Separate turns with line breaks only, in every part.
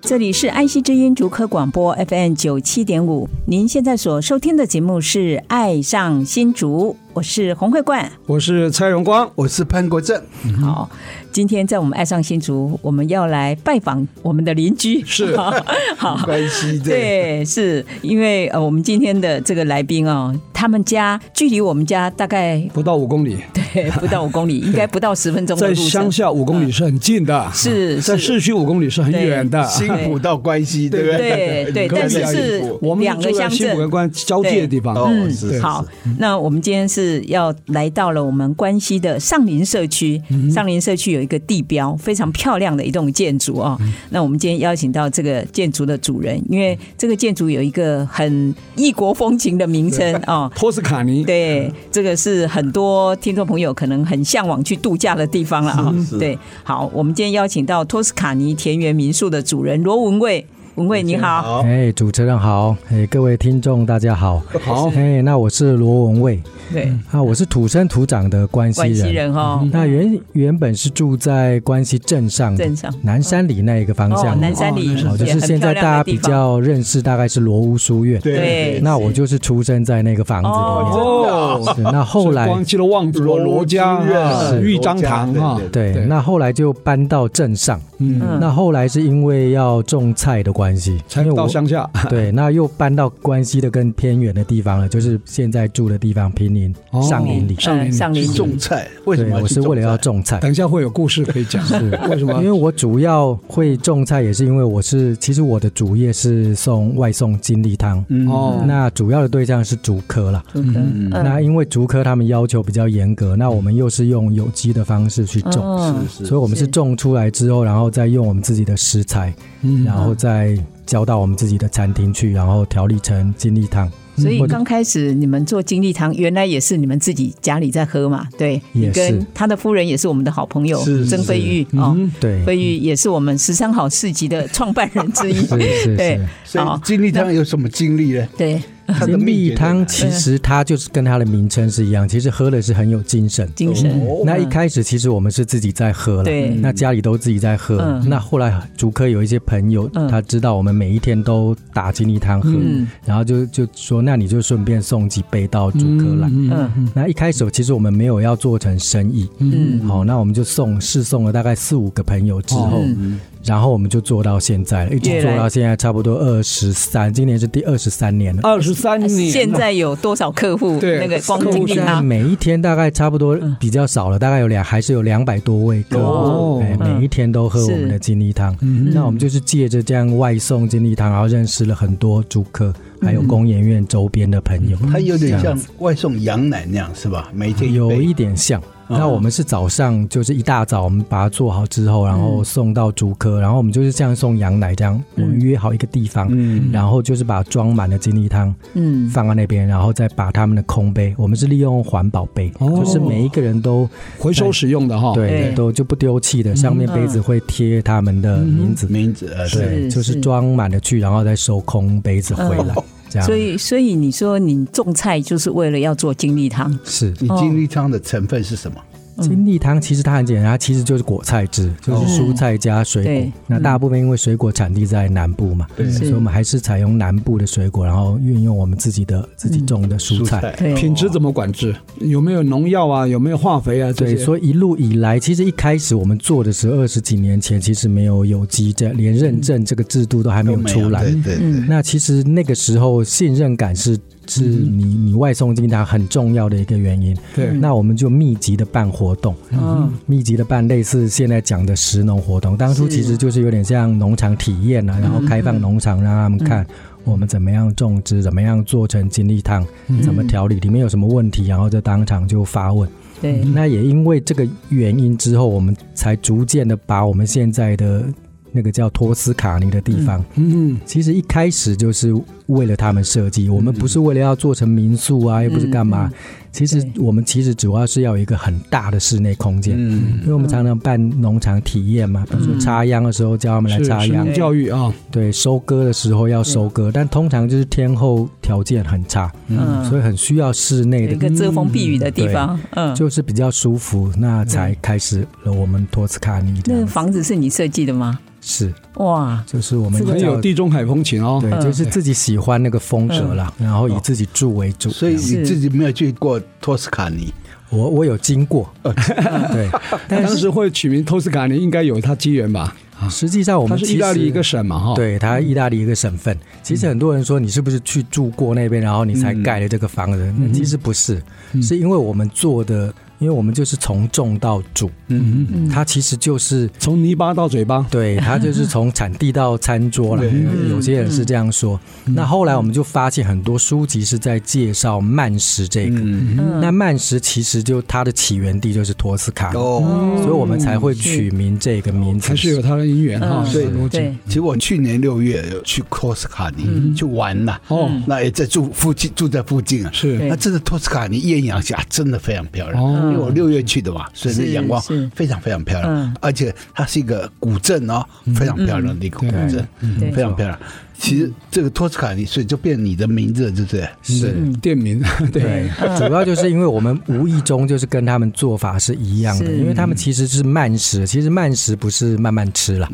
这里是爱惜之音竹科广播 FM 九七点五，您现在所收听的节目是《爱上新竹》，我是洪慧冠。
我是蔡荣光，
我是潘国正，
好，今天在我们《爱上新竹》，我们要来拜访我们的邻居，
是
好
没。关系的。
啊对，是因为呃，我们今天的这个来宾哦，他们家距离我们家大概
不到五公里，
对 不到五公里，应该不到十分钟的
在
路程
乡。下五公里是很近的，
是
在
是，
市区五公里是很远的。
辛苦到关系，对不 对？
对对，
你跟
但
我
是
讲
是
辛苦
我们
两
是
个
住在
乡
新
镇
浦跟关交界的地方，
哦
嗯，
是
好，那我们今天是要来到了我们关西的上林社区。
嗯
上林社区有一个地标，非常漂亮的一栋建筑哦。
嗯
那我们今天邀请到这个建筑的主人，因为这个建筑有一个很异国风情的名称哦。
托斯卡尼。
对，这个是很多听众朋友可能很向往去度假的地方了啊、对，好，我们今天邀请到托斯卡尼田园民宿的主人罗文蔚，文蔚你好。
好，
哎，主持人好，哎，各位听众大家好，
好
哎，那我是罗文蔚，
对，
啊，我是土生土长的关西
关
人，
西人哦，
那原原本是住在关西镇上的
镇上
南山里那一个方
哦，
向，
南山里
哦
哦就
也很
是现在大
漂亮
家
的地
比
方
较认识，大概是罗屋书院，
对
对
那我就是出生在那个房子里面，
哦，
是那后来
所以光去了望族、罗家、啊
是
豫章堂啊，
对，那后来就搬到镇上，
嗯，
嗯
那后来是因为要种菜的关系，
才
因为
到
我
乡下。
对，那又搬到关西的更偏远的地方了，就是现在住的地方平林、
哦
上林里。
上林
呃上林
去
里
种菜，为什
对，
么去
我是
种菜
为了要种菜，
等一下会有故事可以讲，
是
为什么
因为我主要会种菜，也是因为我是其实我的主业是送外送金利汤，
嗯
哦
那主要的对象是竹科啦。
竹科嗯
嗯
那因为竹科他们要求比较严格，那我们又是用有机的方式去种，
嗯
是
所以我们是
是
种出来之后，然后再用我们自己的食材，
嗯
然后再交到我们自己的餐厅去，然后调理成金利汤。
所以
或者
刚开始你们做金利汤，原来也是你们自己家里在喝嘛？对，你
也是
跟他的夫人也是我们的好朋友
是是
曾飞玉哦，
嗯，
对，
飞玉也是我们十三好市集的创办人之一。
是是
对
是，
所
好
以金利汤有什么经历呢？
对，
它的
金
秘
利
诀在哪
汤其实它就是跟它的名称是一样，其实喝的是很有精神。嗯
精神
哦
那一开始其实我们是自己在喝了，
对
那家里都自己在喝。
嗯
那后来竹科有一些朋友，
嗯
他知道我们每一天都打金利汤喝，
嗯
然后就就说，那你就顺便送几杯到竹科来。
嗯
嗯
那一开始其实我们没有要做成生意，
嗯，
好，那我们就送试送了大概四五个朋友之后，
嗯
然后我们就做到现在了，一直
越
做
来
到现在差不多二十三，今年是第二十三年了。
二十三年，
现在有多少客户？
对
那个光
客户
金
现
利
在
汤，
每一天大概差不多
啊嗯
比较少了，大概有两还是有两百多位客
哦
户，哎，
嗯
每一天都喝我们的金利汤。那我们就是借着这样外送金利汤，然后认识了很多租客，还有工研院周边的朋友。
它有点
这样
像外送羊奶那样，是吧？每天
有
杯
一点像。
嗯
那我们是早上就是一大早，我们把它做好之后，然后送到竹科，然后我们就是像送羊奶这样，我们约好一个地方，
嗯
然后就是把装满的金利汤
嗯，
放在那边，然后再把他们的空杯，我们是利用环保杯，
哦
就是每一个人都
回收使用的哈，
对
对
都就不丢弃的，上
嗯
面杯子会贴他们的名字，
名字呃，对，
对，
是
就是
是
装满了去，然后再收空杯子回来
嗯，
这样
所以所以你说你种菜就是为了要做金利汤，
是
你金利汤的成分是什么？
嗯
金丽汤其实它很简单，它其实就是果菜汁，就是蔬菜加水
哦对嗯
果。那大部分因为水果产地在南部嘛，所以我们还是采用南部的水果，然后运用我们自己
嗯
的自己种的蔬菜。
对
品质怎么管制？有没有农药啊？有没有化肥啊？这
对，
些
所以一路以来，其实一开始我们做的时候，二十几年前其实没有有机这连认证这个制度都还没
都
有
没
出
有，
来。
啊对对对，
那其实那个时候信任感是是
嗯
你你外送进它很重要的一个原因。
对
那我们就密集的办活动，
嗯
密集的办类似现在讲的食农活动。当
是
初
嗯
其实就是有点像农场体验啊，然后开放农场让他们看。我们怎么样种植，怎么样做成精力汤，
嗯
怎么调理，里面有什么问题，然后在当场就发问。
对，
那也因为这个原因之后，我们才逐渐的把我们现在的那个叫托斯卡尼的地方，
嗯，
其实一开始就是为了他们设计，我们不是为了要做成民宿
嗯
啊，又不是干嘛。其实
对
我们其实主要是要有一个很大的室内空间，
嗯
因为我们常常办农场体验嘛，
嗯
比如说插秧的时候叫他们来
是
插
实
秧
用，教育啊，
对，收割的时候要收割，但通常就是天候条件很差，
嗯
所以很需要室内
有
的
一个遮风避雨的地方，嗯，
就是比较舒服，那才开始了我们托斯卡尼这
那
样
个
子
房子是你设计的吗？
是，
哇，
就是我们
很
叫
有地中海风情哦。
对，就是自己喜欢那个风格啦，然后以自己住为主。
所以
是
你自己没有去过托斯卡尼，
我我有 经过，
哦
对，但
当
是
时会取名托斯卡尼，应该有它机缘吧？
实际上我
它
们
是
其
意大利
实
一个省嗯嘛，哈。，
对，它意大利一个省份。其实很多人说你是不是去住过那边，然后你才盖了这个房子？
嗯
其实不是，是因为我们做的，因为我们就是从种到主，
嗯，
它其实就是
从泥巴到嘴巴，
对，它就是从产地到餐桌了。有些人是这样说。那后来我们就发现很多书籍是在介绍慢食这个。
嗯
那慢食其实就它的起源地就是托斯卡，
哦，
所以我们才会取名这个名字。
还是有它的因缘哈。
嗯
这个逻辑
对，
其实我去年六月有去托斯卡尼去玩了，
哦，
那也在住附近，住在附近啊。
是
那这个托斯卡尼艳阳下真的非常漂亮，
哦
因为我六月去的嘛，所以那阳光
是
非常非常漂
嗯
亮，而且它是一个古镇哦，非常漂亮的一个古镇，嗯
对
非常漂亮。其实这个托斯卡尼，所以就变你的名字了，对不对？
是。
店名， 对，
对， 主要就是因为我们无意中就是跟他们做法是一样的，
是
因为他们其实是慢食，其实慢食不是慢慢吃啦，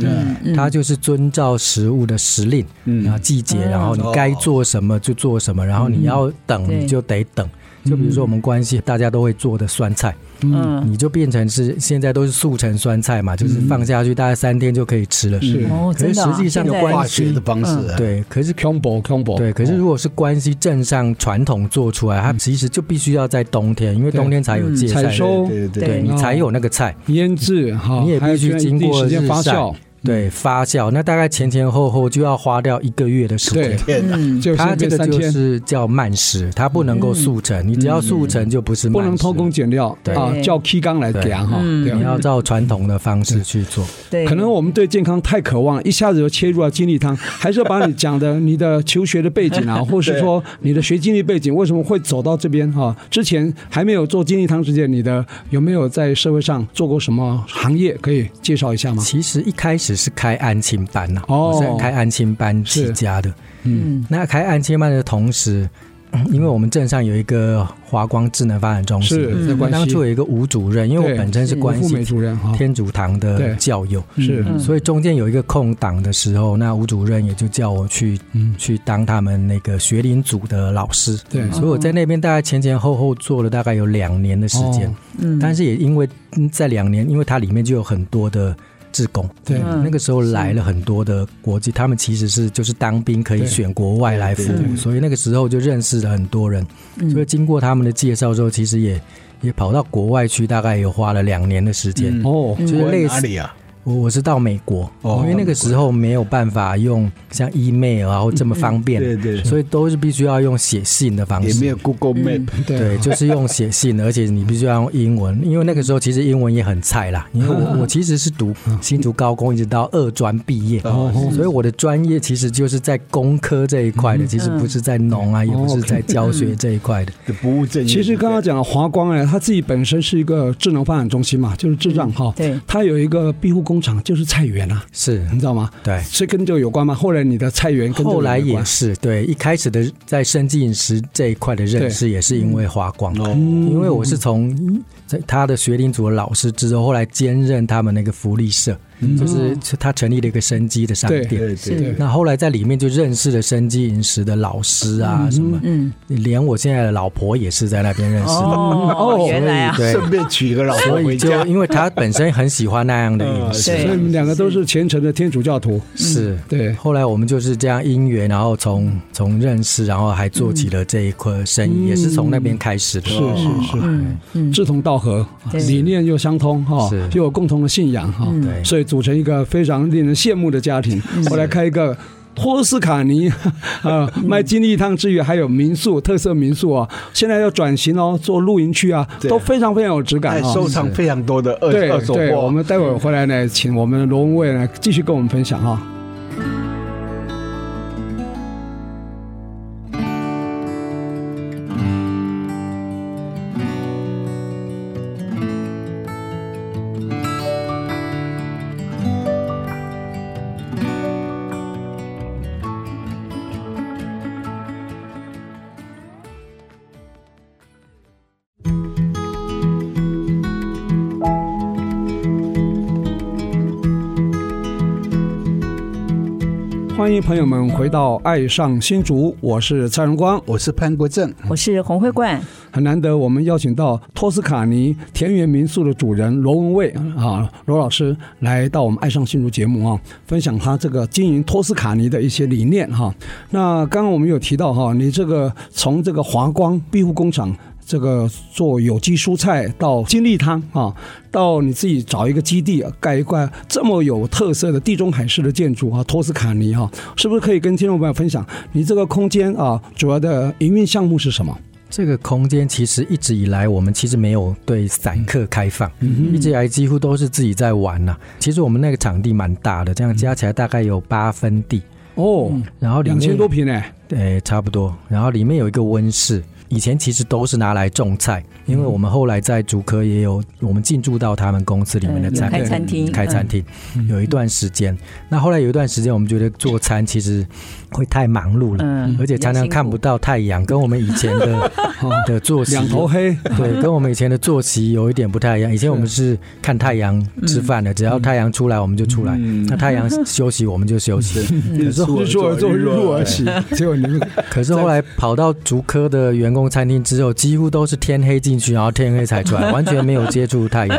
嗯
它就是遵照食物的时令，然后季节，
嗯
然后你该做什么就做什么，然后你要等
对
你就得等。就比如说我们关系大家都会做的酸菜，
嗯，
你就变成是现在都是速成酸菜嘛，就是放下去大概三天就可以吃了。
是
哦，
可
真
是
的啊，
实际上
现在
化学的方式啊，
对，可是
combo combo，
对，可是如果是关西镇上传统做出来，它其实就必须要在冬天，因为冬天才有芥
嗯
菜
采，收、
对对
对
对
你才有那个菜，
腌制哈，
你也
还有
必须
在
经
一定
过
时
日
间发
晒
酵，，嗯
对，发酵。那大概前前后后就要花掉一个月的时
对
间。
天哪，
嗯，
就是
它这
变
个
三
就
天，嗯
是叫慢食，它不能够速成，你只要速成就不是
不
慢食，
能偷工，减料
对
啊，叫 K 缸来
对嗯
讲哈，对啊
你要。照传统的方式去做。
对，
可能我们对健康太渴望了，一下子就切入了精力汤，还是要把你讲的你的求学的背景 啊，或是说你的学经历背景，为什么会走到这边哈、之前还没有做精力汤之前，你的有没有在社会上做过什么行业？可以介绍一下吗？
其实一开始是开安亲班呐、
哦
我是开安亲班起家的。嗯，那开安亲班的同时，嗯因为我们镇上有一个华光智能发展中心，
是在关西
嗯当初有一个吴主任，因为我本身是关
吴富美
系
主任哈，
天主堂
对
的教友，嗯
是
所以中间有一个空档的时候，那吴主任也就叫我去、去当他们那个学龄组的老师。
嗯对
所以我在那边大概前前后后做了大概有两年的时间。
哦
但是也因为嗯在两年，因为它里面就有很多的志工，
对
那个时候来了很多的国际，他们其实是就是当兵可以
对
选国外来服务，所以那个时候就认识了很多人，所以经过他们的介绍之后，其实也也跑到国外去，大概也花了两年的时间。
哦，
就是类
哪
似
里啊？
我我是到美国，
哦
因为那个时候没有办法用像 email 啊或这么方便，
嗯对对
所以都是必须要用写信的方
也没
式
有。Google Map，
对，就是用写信，而且你必须要用英文，因为那个时候其实英文也很菜啦。因为 我我其实是读新竹高工，一直到二专毕业，
哦
所以我的专业其实就是在工科这一块
嗯
的，其实不是在农啊，也
哦
不是在教学这一块的。
这不务正业。
其实刚刚讲了华光哎，它自己本身是一个智能发展中心嘛，就是智障
嗯
哈。
对
它有一个庇护工厂，就是菜园啊，
是，
你知道吗？
对。
是跟这个有关吗？后来你的菜园跟这个有
后来
关
也是对，一开始的在生计饮食这一块的认识也是因为华光，因为我是从在他的学龄组的老师之后，后来兼任他们那个福利社，就是他成立了一个生机的商
对
店。
对对对，
那后来在里面就认识了生机饮食的老师啊什么，
嗯，
连我现在的老婆也是在那边认识的。
哦，原来啊，
对，
顺便娶一个老
所
婆回
以
家
就。因为他本身很喜欢那样的饮食，
所以
对
你们嗯两个都是虔诚的天主教徒，
是
对
后来我们就是这样因缘，然后从从认识，然后还做起了这一块生意，
嗯
也是从那边开始的。哦
是是是。
嗯嗯，
志同道合，
对嗯
理念又相通哈
是，
又有共同的信仰哈，
对
所以组成一个非常令人羡慕的家庭。后来开一个。托斯卡尼， 啊，
嗯
卖金利汤之余，还有民宿、特色民宿啊，现在要转型哦，做露营区啊，
对啊
都非常非常有质感
哎，
啊。
收藏非常多的二
对
二手
对，
货，
我们待会儿回来呢，请我们罗文蔚呢继续跟我们分享哈、欢迎朋友们回到《爱上新竹》，我是蔡荣光。
我是潘国正，
我是红会冠，
很难得，我们邀请到托斯卡尼田园民宿的主人罗文蔚啊，罗老师来到我们《爱上新竹》节目啊，分享他这个经营托斯卡尼的一些理念哈、那刚刚我们有提到哈、你这个从这个华光庇护工厂。这个做有机蔬菜到金利汤啊，到你自己找一个基地啊盖一块这么有特色的地中海式的建筑啊，托斯卡尼哈、是不是可以跟听众朋友分享你这个空间啊主要的营运项目是什么？
这个空间其实一直以来我们其实没有对散客开放，
嗯
一直以来几乎都是自己在玩呐、其实我们那个场地蛮大的，这
嗯
样加起来大概有八分地，
哦，
然后里
两
面
千多平呢、
对，差不多。然后里面有一个温室，以前其实都是拿来种菜，因
嗯
为我们后来在竹科也有，我们进驻到他们公司里面的
嗯
菜，
开餐厅嗯
开餐厅
嗯
有一段时间。那后来有一段时间，我们觉得做餐其实会太忙碌了，
嗯，
而且常常看不到太阳，跟我们以前的 的作息
两头黑，
对，跟我们以前的作息有一点不太一样。以前
嗯
我们是看太阳吃
嗯
饭的，只要太阳出来我们就出来，
嗯
那太阳休息我们就休息。
日出
日出而作，日落而息。结果你们
可是后来跑到竹科的员工餐厅之后，几乎都是天黑进去，然后天黑才出来，完全没有接触 太阳。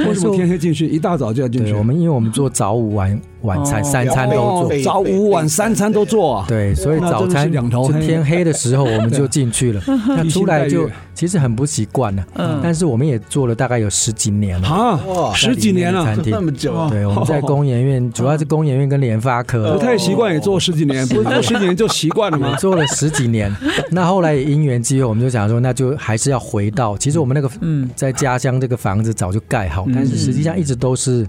为什么天黑进去？一大早就要进去？
对，我们因为我们做早午晚晚餐，
哦
三餐都
哦
做。
早午晚三餐都做啊。
对，所以
那
早
真的是
餐
两头
就
黑
天黑的时候我们就进去 了，那出来就其实很不习惯了。
嗯
但是我们也做了大概有十几年了，
啊，
哇
十几年
在里面的
了，
餐 厅
那么久啊，
对，我们在工研院，主要是工研院跟联发科，
哦不太习惯也做十几年，不做十几年就习惯了
我们
吗？
做了十几年，那后来也因缘机会，我们就想说，那就还是要回到，其实我们那个
嗯
在家乡这个房子早就盖好，但是实际上一直都是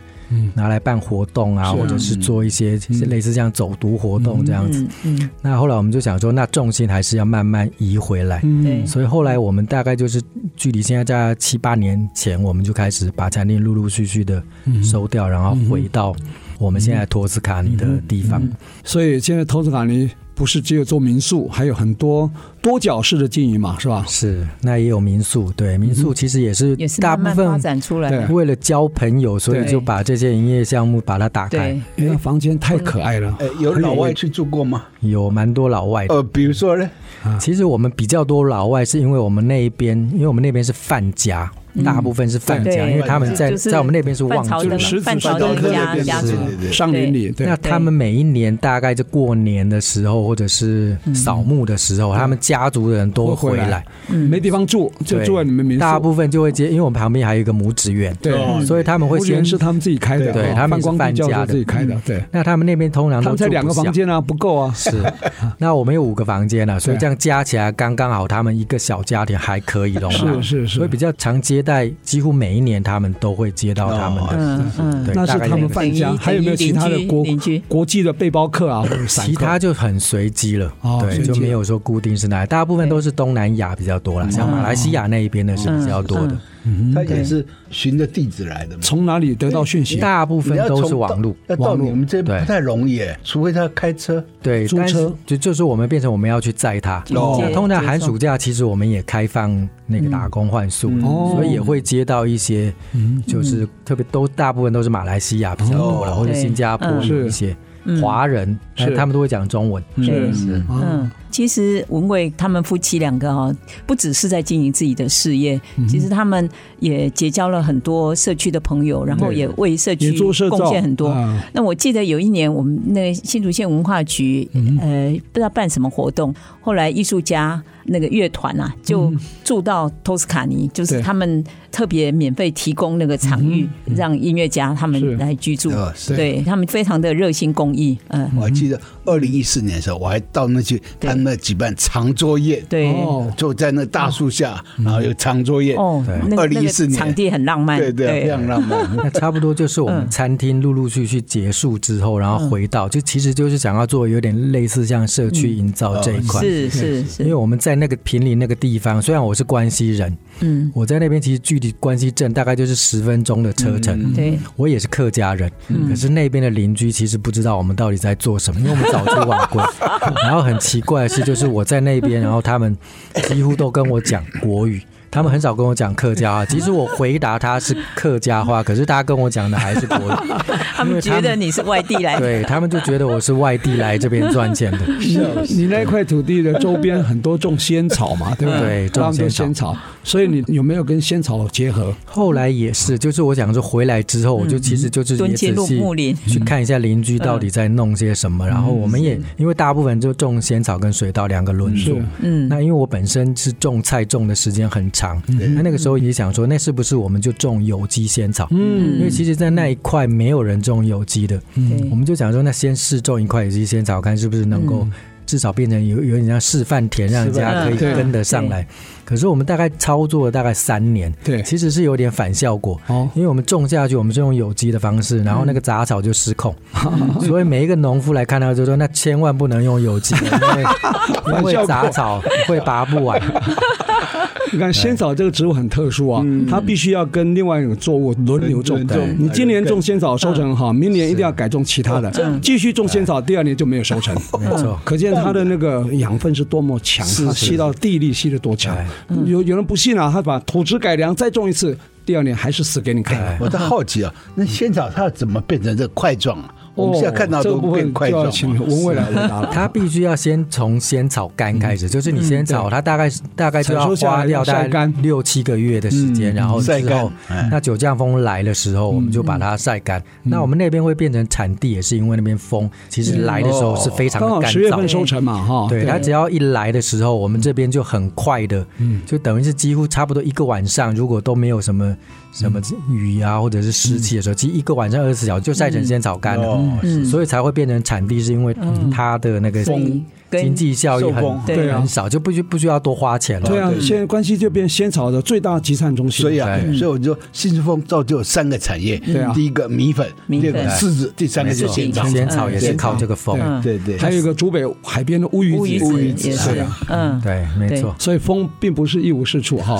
拿来办活动啊，或者是做一些类似像走读活动这样子。
嗯嗯，
那后来我们就想说，那重心还是要慢慢移回来。
嗯对，
所以后来我们大概就是距离现在在七八年前，我们就开始把餐厅陆陆续续的收掉，然后回到我们现在托斯卡尼的地方。
所以现在投资卡尼不是只有做民宿，还有很多多角式的经营嘛，是吧？
是，那也有民宿，对，民宿其实也是
也是
大
慢
部
慢发
分
展出来的，
嗯对
为了交朋友，所以就把这些营业项目把它打开
对。，
哎，房间太可爱了。
哎，有老外去住过吗？
有蛮多老外的，
呃，比如说呢，
其实我们比较多老外，是因为我们那一边，因为我们那边是范家，大部分是范家，
嗯对
因为他们在
就是
在我们那边是
范
望
朝
族
的
就。是
范朝
石
的
子
家
对
家
对
族，
对对，
上林里，对
那，他们每一年大概在过年的时候，或者是扫墓的时
嗯
候，他们家族的人都会
会回
回
来
来，
没地方住，就
对
住在你们民宿。
大部分就会接，因为我们旁边还有一个母子园，
对，
所以他们会
公园
先
是他们自己开的，
对
哦
他们
泛
是
光地
范
教
家
授
的嗯
自己开的，对。
那他们那边通常
他
都
们才
住
两个
不
房
小。
间啊，不够啊。
是， 那我们有五个房间了、啊所以这样加起来刚刚好，他们一个小家庭还可以容纳。
是是是
所以比较常接待，几乎每一年他们都会接到他们的。
嗯嗯，
对，
哦那是
大概
他们
有一个
范家，
等于
还有没有其他的
邻居
国
邻居
国际的背包客啊，或 者散客
其他就很随机了，
哦随
对，
机
就
嗯
没有说固定是哪里，大部分都是东南亚比较多啦，像马来西亚那一边的是比较多的。
他也是循着地址来的嘛。
从哪里得到讯息？啊
大部分都是网路，
要到你们这
对
边不太容易耶，除非他开车。
对，
租
但是
车
就就是我们变成我们要去载他。
哦
那通常寒暑假其实我们也开放那个打工换宿，
嗯哦嗯
所以也会接到一些，就是特别都大部分都是马来西亚比较多了，
哦
或者
对
新加坡
嗯
有一些
嗯
华人，哎
是
他们都会讲中文。
对
是
嗯，其实文贵他们夫妻两个哦，不只是在经营自己的事业，
嗯
其实他们也结交了很多社区的朋友，然后
对
也为社区
也做社
贡
造
献很多。
啊
那我记得有一年，我们那个新竹县文化局，
嗯
呃，不知道办什么活动，后来艺术家那个乐团啊，就住到托斯卡尼，就是
嗯对嗯
他们特别免费提供那个场域，让音乐家他
是
们来居住
哦，是
对他们非常的热心公益，嗯，
我还记得二零一四年的时候，我还到那去
对
他们那举办长桌宴，
对，哦，
哦，
嗯坐在那大树下，然后有长桌宴，
那个那个
2014年
场地很浪漫，
对对，非常浪漫。
嗯那差不多就是我
嗯
们餐厅陆陆续续结束之后，然后回到，就其实就是想要做有点类似像社区营
嗯
造这一块。
是是
因为
是，
我们在那个平林那个地方，虽然我是关西人，
嗯，
我在那边其实距离关西镇大概就是十分钟的车程。
嗯对，嗯
我也是客家人，可是那边的邻居其实不知道我们到底在做什么，因为我们早出晚 归。然后很奇怪的是，就是我在那边，然后他们几乎都跟我讲国语。他们很少跟我讲客家话，即使我回答他是客家话，可是他跟我讲的还是 国语。
他们觉得你是外地来的，
对他们就觉得我是外地来这边赚钱的。
你那块土地的周边很多种仙草嘛，对不
对种
很多
仙
仙草，所以你有没有跟仙草结合？
后来也是，就是我想说回来之后，我就其实就是
蹲
也
进
仔
入
细
木林，
去看一下邻居到底在弄些什么。然后我们也因为大部分就种仙草跟水稻两个轮作。
嗯，
那因为我本身是种菜种的时间很长，那那个时候也想说，那是不是我们就种有机仙草？嗯，因为其实，在那一块没有人种有机的，嗯我
对，
们就想说，那先试种一块有机仙草，看是不是能够至少变成有有点像示范田，让人家可以
对
跟得上来。可是我们大概操作了大概三年，
对
其实是有点反效果。
哦，嗯
因为我们种下去，我们是用有机的方式，然后那个杂草就失 控，所以每一个农夫来看到就说：“那千万不能用有机的， 因为因为杂草会拔不完。
你看仙草这个植物很特殊啊，它必须要跟另外一种作物轮流种
哎嗯轮轮种。嗯哦
你今年种仙草收成很好，明年一定要改种其他的，继续种仙
哎
草，第二年就没有收成。嗯
没错
可见它的那个
嗯
养分是多么强，它吸到地力吸得多强。
哎嗯
有有人不信啊，他把土质改良再种一次，第二年还是死给你看。
我在好 奇啊，那仙草它怎么变成这个块状啊？我们现在看到
哦这个
都
部
变
分
块
就
状啊
要
嘛，
请文蔚来回答 了。
它必须要先从仙草干开
嗯
始，就是你仙草，它大概大概就要
采收下来
花
要
掉大
晒
概
干嗯
六七个月的时间，然后
晒
之
干
后那九降风来的时候，我们就把它晒干。
嗯
那我们那边会变成产地，也是因为那边风其实来的时候是非
哦
常
刚
的
好
干
十月
燥
份。收成
哎
嘛，哈，
对，它只要一来的时候，我们这边就很快的，就等于是几乎差不多一个晚上，如果都没有什么什么雨啊或者是湿气的时候，其实一个晚上二十四小时就晒成仙草干了，
哦
嗯
所以才会变成产地，是因为它的那个
所以跟
经济效益
受
很
风
嗯对
对啊
很少，就不需不需要多花钱了。
对啊，现在关西就变仙草的最大集散中心。
所以啊
对，
所以我就说新竹风造就有三个产业，
对啊哎
第一个米粉，
米
第
粉
二个柿子，第三个
啊
就是仙
嗯
草。
仙草也是靠这个风，
嗯
对对，
还有一个竹北海边的乌鱼
乌鱼
子，
子也
对
是
啊，
嗯，
对，没错。
所以风并不是一无是处哈。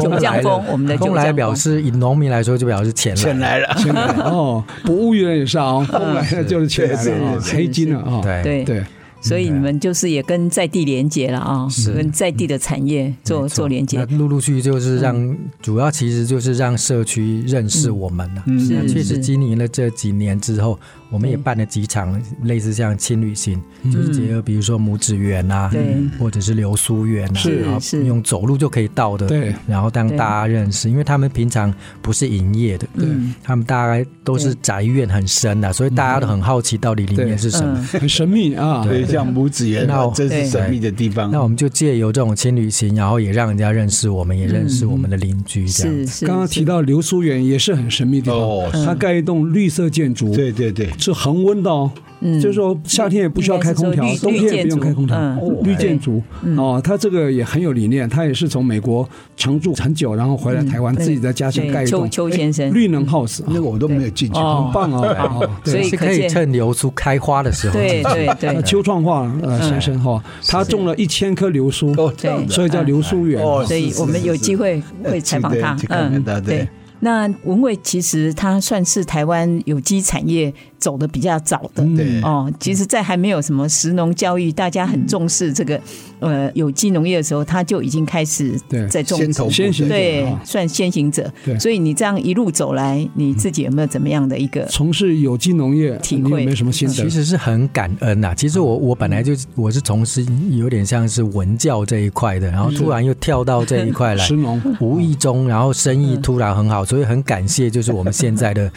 九降风，我们的
风
九
来
降
表
风，
示以农民来说就表示钱来
钱。来了，
现在哦，捕乌鱼的人也是 啊，风来了就是钱来了啊，黑金了啊。
对
对
对，
所以你们就是也跟在地连接了啊，跟在地的产业做做连接嗯
那，陆陆续续就是让，主要其实就是让社区认识我们了、
嗯是
那确实
是嗯
经营了这几年之后，我们也办了几场类似像轻旅行，就是结合比如说拇指园啊，
对
或者是流苏园啊，
是
然后
是
用走路就可以到的，
对
然后让大家认识，因为他们平常不是营业的，对，
嗯
他们大概都是宅院很深的、所以大家都很好奇到底里面
对
是什么。
嗯，
很神秘啊。
对，像母子园
那
啊
我，
真是神秘的地方。
哎
那我们就借由这种轻旅行，然后也让人家认识我们，也认识我们的邻居，这样
嗯是
子。
是，
刚刚提到流苏园也是很神秘的地
哦
方，它盖一栋绿色建筑，
对对对，
是恒温的哦，
嗯
就是说夏天也不需要开空调
应该，是说
冬
绿
天也不用开空调
绿建筑嗯，
绿建筑
嗯
哦，他这个也很有理念，他也是从美国常住很久，然后回来台湾
嗯对
自己在家乡盖
对
一
邱
栋
邱先生，
绿能 house，
那个我都没有进去。
哦
很棒哦哦，
所以
是
可
可以
见
趁流苏开花的时候
对
进去。
对 对
那，邱创化呃先生哈，他种了一千棵流苏，
哦，这样子啊
所以叫流苏园。
哦
所以
是是
我们有机会
是
会采访他
去，看看
嗯
他，对
对。那文蔚其实它算是台湾有机产业走的比较早的，
嗯
对
哦，其实，在还没有什么食农教育，大家很重视这个呃有机农业的时候，它就已经开始
对
在种
先
植
头部
先行者
对
哦，
算先行者
对。
所以你这样一路走来，你自己有没有怎么样的一个？
从事有机农业，
体
你
会
有没有什么心得
其？实是很感恩呐、其实我我本来就
嗯
我是从事有点像是文教这一块的，
嗯
然后突然又跳到这一 块来
石，农
无意中，然后生意突然很好，所以很感谢就是我们现在的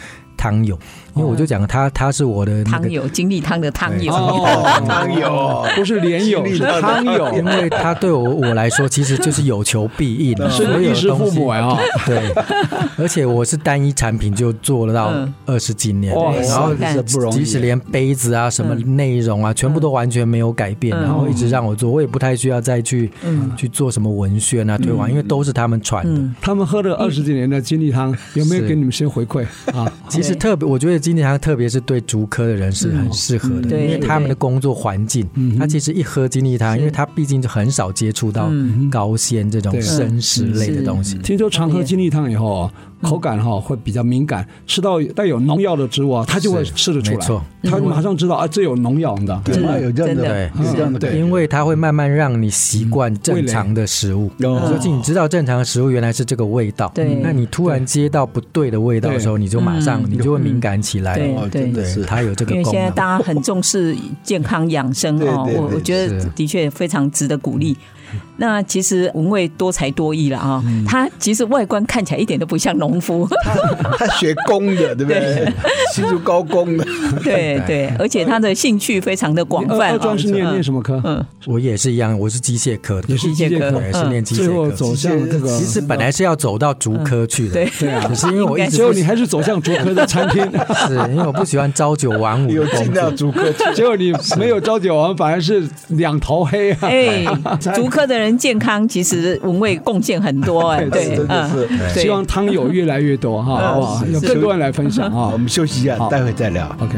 汤友，因为我就讲他他是我的那
汤
个。
友，经历汤的汤友，
哦，
汤友
不是莲友，是汤
因
友，
为他对我我来说，其实就是有求必 应，啊
是
所
衣
有
食
东
父
西
母呀。哦
对，而且我是单一产品就做了到
嗯
二十几年，
哇
然后
塞
不容易
即使连杯子啊、什么内容啊，全部都完全没有改变，
嗯
然后一直让我做，我也不太需要再去、
嗯
去做什么文宣啊、推广，因为都是他们传的。
嗯，
他们喝了二十几年的金力汤，有没有
是
给你们些回馈啊？
其实
对
特别，我觉得今天特别是对竹科的人是很适合
嗯
的，
对
因为他们的工作环境，他其实一喝金力汤，因为他毕竟就很少接触到
嗯
高纤这种
对
生食类的
是
东西。
听说常喝金力汤以后啊，口感哈会比较敏感，吃到带有农药的植物啊，它就会
是
吃得出
没
来
错，
它马上知道啊，这有农药，你知道？
对嘛，有这样
真
的
的，
有这样的感觉，
因为它会慢慢让你习惯
嗯
正常的食物，
哦
尤其你知道正常的食物原来是这个味道，
对嗯
那你突然接到不对的味道的时候，你就马上你就会敏感起来，
对
哦
对
真的是
它有这个
因为
功
现在
能。
大家很重视健康养生
对
哦，
对
我
对
我觉得
是
的确非常值得鼓励。那其实文蔚多才多艺了啊，他其实外观看起来一点都不像农夫，
他学工的，对不对？新竹高工的，
对对，而且他的兴趣非常的广
二
泛
二
啊
专是念念什么科？
嗯，
我也是一样，我是机械科的，
也是机械科嗯
对，是念机
最后
械科
走。向这个
其，实本来是要走到竹科去的
对，
对啊
可是因为我一直
结果你还是走向竹科的餐厅，
是因为我不喜欢朝九晚五
有
的工
进
啊
到，
作
竹科去，
结果你没有朝九晚五，反而是两头 黑啊。
哎，足科的人健康，其实文蔚贡献很多 哎，
对
对，
真的
嗯，
是。
对
希望汤友越来越多哈，好不好？
是
有
是
更多人来分享啊
我。们休息一下
好，
待会再聊。
OK。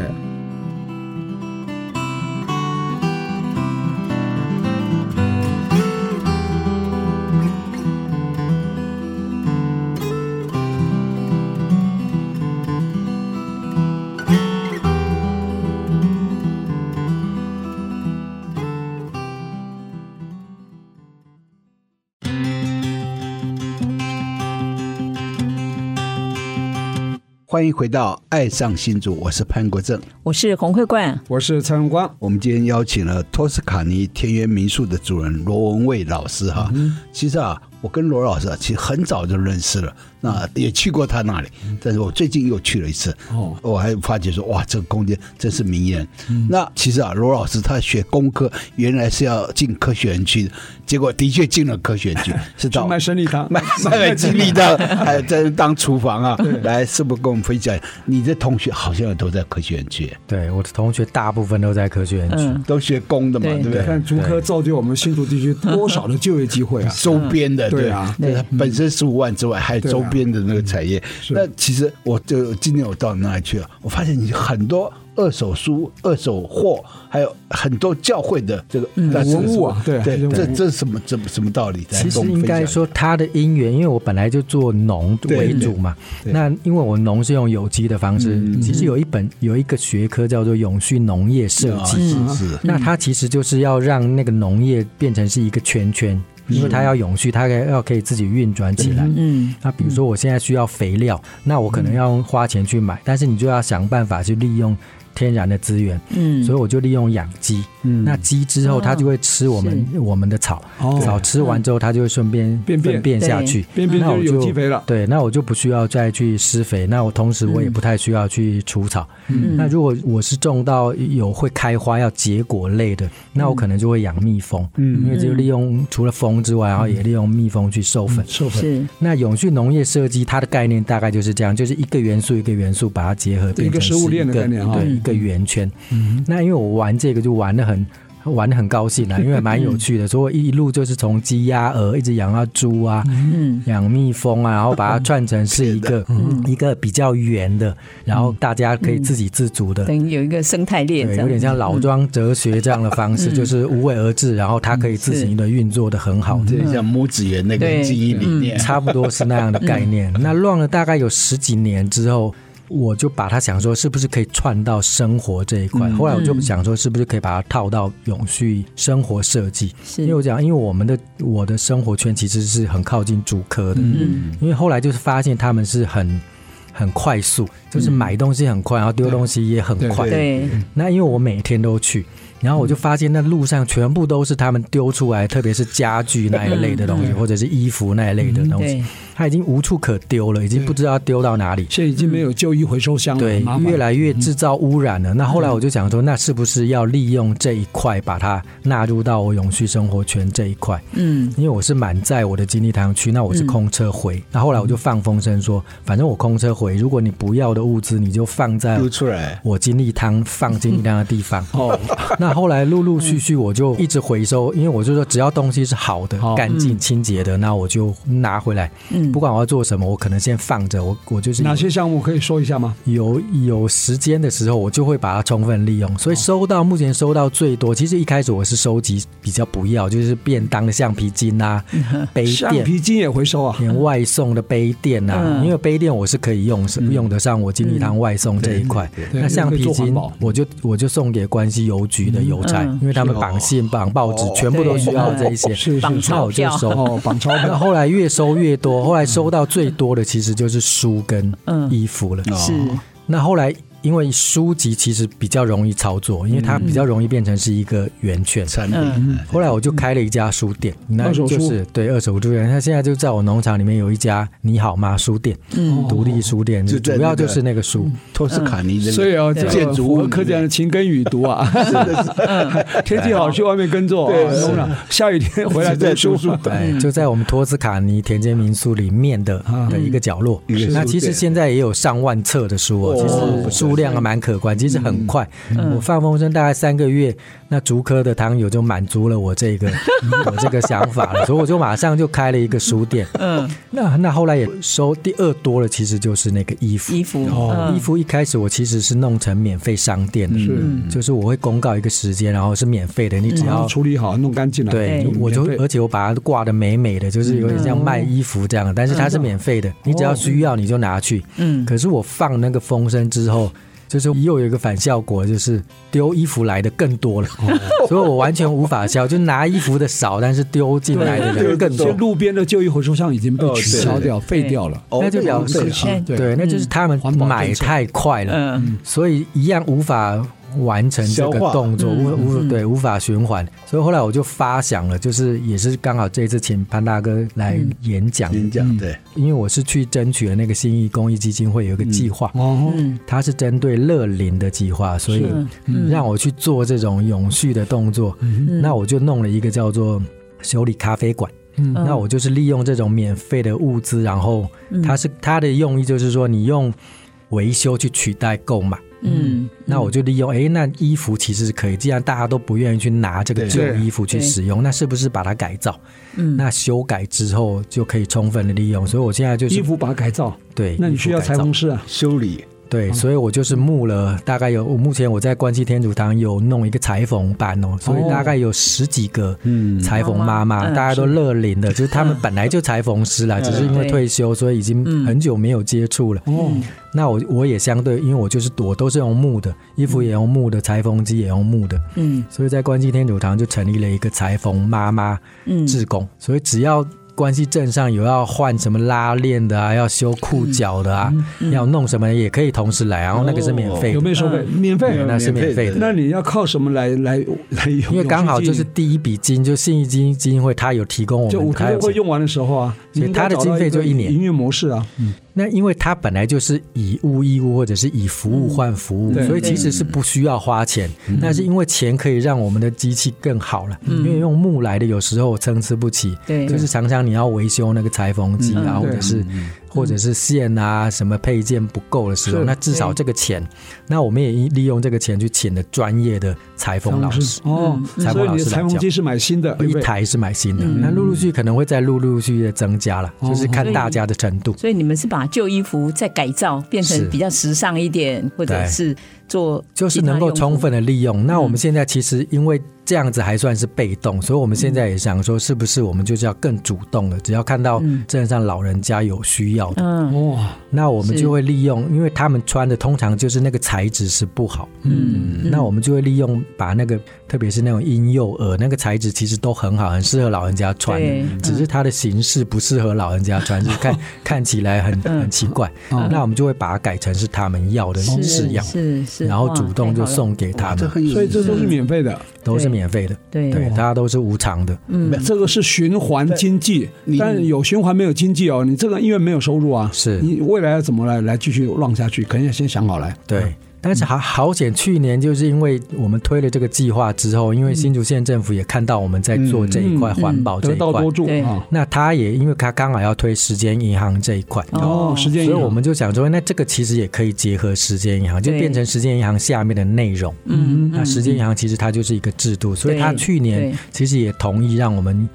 欢迎回到《爱上新竹》，我是潘国正。
我是洪慧冠，
我是蔡荣光，
我们今天邀请了托斯卡尼田园民宿的主人罗文蔚老师哈。其实啊，我跟罗老师啊，其实很早就认识了，那也去过他那里，但是我最近又去了一次。
哦
我还发觉说，哇，这个空间真是迷人。那其实啊，罗老师他学工科，原来是要进科学园区的，结果的确进了科学园 区，是
去
到
卖生力 汤，
卖卖激励的，还有哎在当厨房啊。来，是不是跟我们分享？你的同学好像都在科学园区，
对我的同学大部分都在科学园区，
嗯，
都学工的嘛，
对
对不对？
看竹科造就我们新竹地区多少的就业机会啊！
周边的，
对
对
啊
对它本身十五万之外，还有
对啊
周边的那个产业。那其实我就今年我到那里去了，我发现你很多二手书、二手货，还有很多教会的这个但是
文物啊
什么
对啊
对，
文物
这这是什么怎么什么道理？
其实应该说它的因缘，因为我本来就做农为主嘛。
对嗯
那因为我农是用有机的方式，其实有一本有一个学科叫做永续农业设
啊，
计，
是是
那它其实就是要让那个农业变成是一个圈圈，
嗯
因为它要永续，它要可以自己运转起来。
嗯，
那比如说我现在需要肥料，那我可
嗯
能要花钱去买，但是你就要想办法去利用天然的资源，
嗯
所以我就利用养鸡。
嗯
那鸡之后它就会吃我们、我们的草，
哦
草吃完之后它就会顺便
便便
粪便下去，
边边
那
就
我
是有机肥了，
对，那我就不需要再去施肥，那我同时
嗯
我也不太需要去除草。那如果我是种到有会开花要结果类的，那我可能就会养蜜蜂，
嗯嗯
因为就利用除了蜂之外，然后也利用蜜蜂去授粉。
授粉
是
那永续农业设计它的概念大概就是这样，就是一个元素一个元素把它结合，
一
变
个
成是
食物链的概念
一
哈嗯
个对，一个圆圈。那因为我玩这个就玩的很。玩的很高兴 啊，因为蛮有趣的，所以我一一路就是从鸡鸭鹅一直养到猪啊，
嗯，
养蜜蜂啊，然后把它串成是 一个、嗯
嗯
一个比较圆的，然后大家可以自给自足的，
嗯
等于有一个生态链这
对，
样，
有点像老庄哲学这样的方
嗯
式，就是无为而治，然后它可以自行的运作的很
嗯
好
有点像母子园那个
对
记忆理念，
差不多是那样的概念。
嗯
那乱了大概有十几年之后。我就把它想说，是不是可以串到生活这一
嗯
块？后来我就想说，是不是可以把它套到永续生活设计？
是
因为我讲，因为我们的我的生活圈其实是很靠近竹科的，
嗯
因为后来就是发现他们是很很快速，就是买东西很快，然后丢东西也很快。
嗯对，
那因为我每天都去，然后我就发现那路上全部都是他们丢出来，特别是家具那一类的东西，或者是衣服那一类的东西
对，
它已经无处可丢了，已经不知道要丢到哪里。
现在已经没有旧衣回收箱了，
对
麻，烦
越来越制造污染了。那后来我就想说，那是不是要利用这一块，把它纳入到我永续生活圈这一块？
嗯
因为我是满载我的精力堂去，那我是空车回。那后来我就放风声说，反正我空车回，如果你不要的物资，你就放在
丢出来，
我精力汤放精力汤的地方。
哦，
那后来陆陆续续我就一直回收，因为我就说只要东西是好的
好、嗯
干净、清洁的，那我就拿回来。
嗯
不管我要做什么，我可能先放着，我我就是
哪些项目可以说一下吗？
有有时间的时候，我就会把它充分利用。
哦
所以收到目前收到最多，其实一开始我是收集比较不要，就是便当的橡皮筋啊、杯
橡
垫。
皮筋也回收啊，
连外送的杯垫啊，
嗯
因为杯垫我是可以用，是用得上我金立堂外送这一块。
对
那橡皮
可以做环
筋
保
我就我就送给关西邮局的邮差
嗯，
因为他们绑信、绑报纸
哦，
全部都需要这一些，
是
绑
是是
那我就收。
哦，绑钞
那
票，
后来越收越多，后来收到最多的其实就是书跟
嗯
衣服
哦
了。
是
那后来因为书籍其实比较容易操作，因为它比较容易变成是一个圆圈。
产品。
嗯
后来我就开了一家书店，那
二手
就
书
是对二手书店。它现在就在我农场里面有一家“你好吗”书店，
嗯
独立书店，
就在那个
主要就是那个书。
托斯卡尼的
所以哦，这
建
个
筑
符
物
合客家的勤耕与读啊， 天气好去外面耕作，
对
啊
是
弄了下雨天回来
在
读书
读书，
哎，就在我们托斯卡尼田间民宿里面的
嗯
的一个角落。
一个书店
那其实现在也有上万册的书
哦
哦，其实数量还蛮可观，其实很快。
嗯
我放风筝大概三个月，那竹科的汤友就满足了我这 个我这个想法了，所以我就马上就开了一个书店。
嗯，
那那后来也收第二多了，其实就是那个衣服。
衣服嗯
哦，衣服一开始我其实是弄成免费商店的，
是
就是我会公告一个时间，然后是免费的，你只
然
要
嗯
后处理好，弄干净了，
对
嗯，
我就
免费
而且我把它挂的美美的，就是有点像卖衣服这样，但是它是免费的，你只要需要你就拿去。
嗯
可是我放那个风声之后。就是又有一个反效果，就是丢衣服来的更多了，所以我完全无法消，就拿衣服的少，但是丢进来的人更
有些
多。
路边的旧衣回收箱已经被
哦
取
对
消掉、废掉了。
哦
那就
对啊
表示
对啊
现在
对，那就是他们
环保
买
政策
太快了，
嗯
所以一样无法完成这个
消化
动作，无无对无法循环。所以后来我就发想了，就是也是刚好这一次请潘大哥来演讲，
您讲对，
因为我是去争取了那个新义公益基金会有一个计划。
哦，
嗯
它是针对乐龄的计划，所以让我去做这种永续的动作。那我就弄了一个叫做修理咖啡馆。
嗯
那我就是利用这种免费的物资，然后它是它的用意就是说，你用维修去取代购买。
嗯
那我就利用，诶，那衣服其实是可以，既然大家都不愿意去拿这个
对
旧衣服去使用，那是不是把它改造？
嗯
那修改之后就可以充分的利用。所以我现在就是
衣服把它改造，
对，
那你
衣服
需要
改
裁
造
缝师啊？
修理
对，所以我就是募了大概有，我目前我在关西天主堂有弄一个裁缝班哦，所以大概有十几个裁缝妈妈，
嗯
大家都乐龄的，就是嗯他们本来就裁缝师啦，只是因为退休，所以已经很久没有接触了。哦，那我我也相对，因为我就是我都是用木的，衣服也用木的，裁缝机也用木的，
嗯
所以在关西天主堂就成立了一个裁缝妈妈
嗯
志工，所以只要关系镇上有要换什么拉链的啊，要修裤脚的
嗯
啊，要弄什么的也可以同时来，然后那个是免费的，
有没有收费？免费
嗯对？那是免费的。
那你要靠什么来来来？
因为刚好就是第一笔金，就信义基金基金会，它有提供我
就
们，
五
它
台
有
会用完的时候啊，
所
你
以
应该
它的
找到
经费就
个
一年
营运模式啊，
那因为它本来就是以物易物，或者是以服务换服务，
嗯对嗯
所以其实是不需要花钱。但是因为钱可以让我们的机器更好了，因为用木来的有时候参差不齐，
对
就是常常你要维修那个裁缝机啊，
嗯
或者是或者是线啊什么配件不够的时候，
是
那至少这个钱，那我们也利用这个钱去请了专业的裁缝老师。嗯
哦，所
裁缝
以
老
你的
师
裁
来
缝
教
机。是买新的，对不
一
对？嗯
台是买新的，那陆陆续可能会再陆陆续续的增加了，
哦
就是看大家的程度。
所以你们是把旧衣服再改造，变
是
成比较时尚一点，或者
对
是做
就是
其他
能够
用途嗯
充分的利用。那我们现在其实因为这样子还算是被动，所以我们现在也想说，是不是我们就是要更主动了？只要看到镇上老人家有需要的，
嗯
哇，
那我们
是
就会利用，因为他们穿的通常就是那个材质是不好，
嗯，
那我们就会利用把那个，特别是那种婴幼儿那个材质，其实都很好，很适合老人家穿
对嗯
的，只是它的形式不适合老人家 穿，就是看看起来很很奇怪。那我们就会把它改成是他们要的式样，
嗯是是，
然后
哇
主动就。
太好了
送给他
这
们，
很有意思
所以这都是免费的，
都是免费的。
对
对，大家都是无偿的。
这个是循环经济，但有循环没有经济哦，你这个因为没有收入啊，
是
你未来要怎么来来继续浪下去，肯定要先想好来。
对，但是好好险，去年就是因为我们推了这个计划之后，因为新竹县政府也看到我们在做这一块环
嗯
保这
得
一
道
块
多，助
对
啊，
那他也因为他刚好要推时间银行这一块。
哦，时间
所
也
以
有
我们就想说，那这个其实也可以结合时间银行，就
对
变成时间银行下面的内容。
嗯，
那时间银行其实它就是一个制度，所以
对
他去
对
年其实也同意让我们，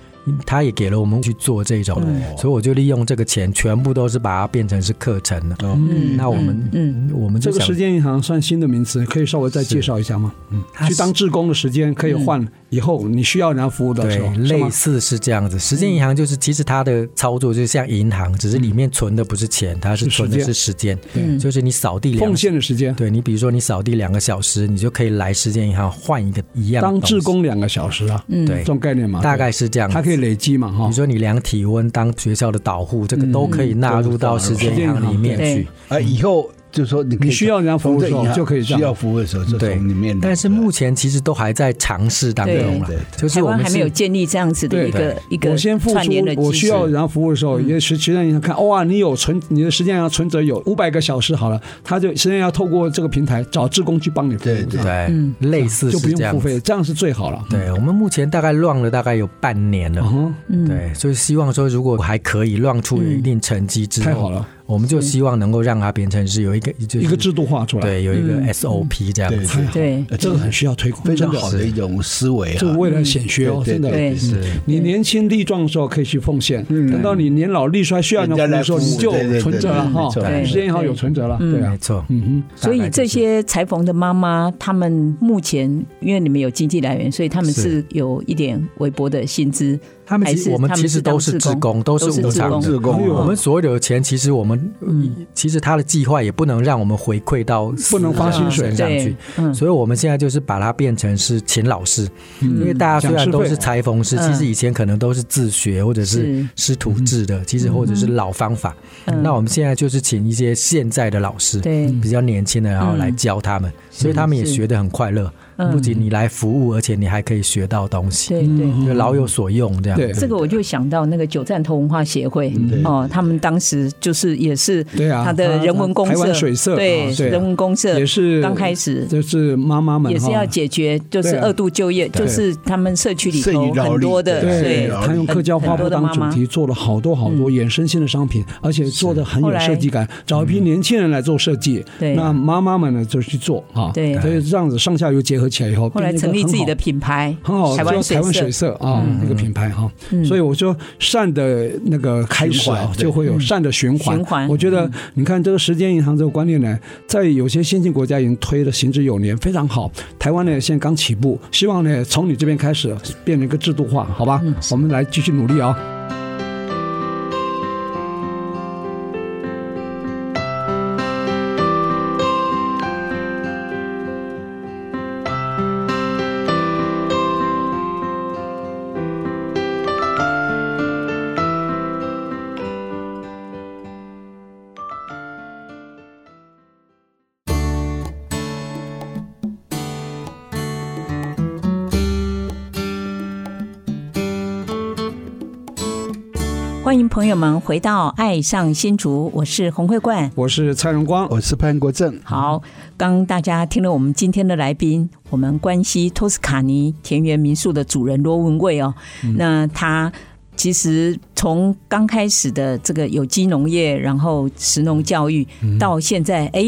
他也给了我们去做这种，
嗯
所以我就利用这个钱，全部都是把它变成是课程了。
嗯
那我们，
嗯
嗯，我们
这
就
个
想
时间银行算新的名词，可以稍微再介绍一下吗？嗯，去当志工的时间可以换，以后你需要人家服务的
嗯对
时候，，是吗
类似是这样子。时间银行就是，其实它的操作就像银行，只是里面存的不是钱，它是
是时
存的
间
是时间，
嗯
就是你扫地两
奉献的时间，
对你，比如说你扫地两个小时，你就可以来时间银行换一个一样的
当
东西
志，工两个小时啊，嗯，
对
这，种概念嘛，
大概是这样子。
它可以累积嘛，哈
比如。说你量体温、当学校的导护，这个都可
嗯
以纳入到时间银行里面
对
去。
啊，以后就说你可以
你需要人家服务的时候
从这银行
就可以这样
需要服务的时候就
对
从里面领，
但是目前其实都还在尝试当中了
对对，
就是
台
我
湾
们
还没有
是
建立这样子的
对
一个一个
我先付
串
出
联的，
我
机
需
制嗯
要人家服务的时候，也许时间银行看，哇，你有存，你的时间银行存折有五百个小时好了，他就时间要透过这个平台找志工去帮你服务，
对对
对，类似
嗯就是不
这
用
样
付
子。
费，这样是最好了。
对我们目前大概乱了大概有半年了，
嗯，
对，所以希望说如果还可以乱出有一定成绩之后，
太好了，
我们就希望能够让它变成是有一个就是
一个制度嗯化出来，
对有一个 SOP 这样
对
子，
对
对
呃，这个很需要推广，
非常
真的
好的一种思维
这
啊
个。为了显学哦，
对
真的。
对
对对
是
你年轻力壮的时候可以去奉献，等到你年老力衰需要人家服务的时候，
人
你
家来服务对对
就
对
存折了
对
哈
没错。
时间也好有存折了，对啊
没。错。
嗯
所以这些裁缝的妈妈，她们目前因为你们有经济来源，所以她们是有一点微薄的薪资。
他们
还
其实
是
我们
她
其实
当
都是
志
职工，都是无
志
偿
工
的。
哎呦
我们所有的钱，其实我们，其实他的计划也不能让我们回馈到
嗯不能发薪水
身上去
呃对，嗯
所以我们现在就是把它变成是请老师，
嗯
因为大家虽然都是裁缝师，
讲师
其
费
实以前可能都是自学或者
嗯
是
是嗯
师徒制
嗯
的，其实或者是老方法。那我们现在就是请一些现在的老师，
对嗯
比较年轻的，然后来教他们，所以他们也学得很快乐。不仅你来服务，而且你还可以学到东西，
对对，
嗯
就老有所用这样
对
子。
这个我就想到那个九站头文化协会
对
哦，他们当时就是也是
嗯对啊
他的人文公
台湾
社、
水社
对
啊对啊
人文公
哼，
社
也是
刚开始
就是妈妈们
也是
哈
要解决就是
对啊
二度就业，
对
就是他们社区里
剩余
头
劳
很
力
多的
对
对，
劳力
他用客家花布当
很多的妈嗯
主
妈
题，做了好多好多衍生性的商品，而且做的很有设计感。找一批年轻人来做设计，
嗯对
那妈妈们呢就去做啊。
对
所以这样子上下游结合起来以后，
后来
变成
成
一
立
个
自己
很好
的品牌，
很好，
台湾嗯
叫台湾水社啊，那个品牌哈，所以我说善的那个开始
循
啊，
环对
就会有善的循
嗯
环。
循环
我觉得你看这个时间银行这个观念呢，在有些先进国家已经推的行之有年，非常好。台湾呢现在刚起步，希望呢从你这边开始变成一个制度化，好吧？
嗯
我们来继续努力啊、
欢迎朋友们回到《爱上新竹》，我是洪慧冠。
我是蔡荣光，
我是哦潘国正，
好，刚大家听了我们今天的来宾，我
嗯
们关西托斯卡尼田园民宿的主人罗文贵哦，那他。其实从刚开始的这个有机农业，然后食农教育，
嗯
到现在，哎。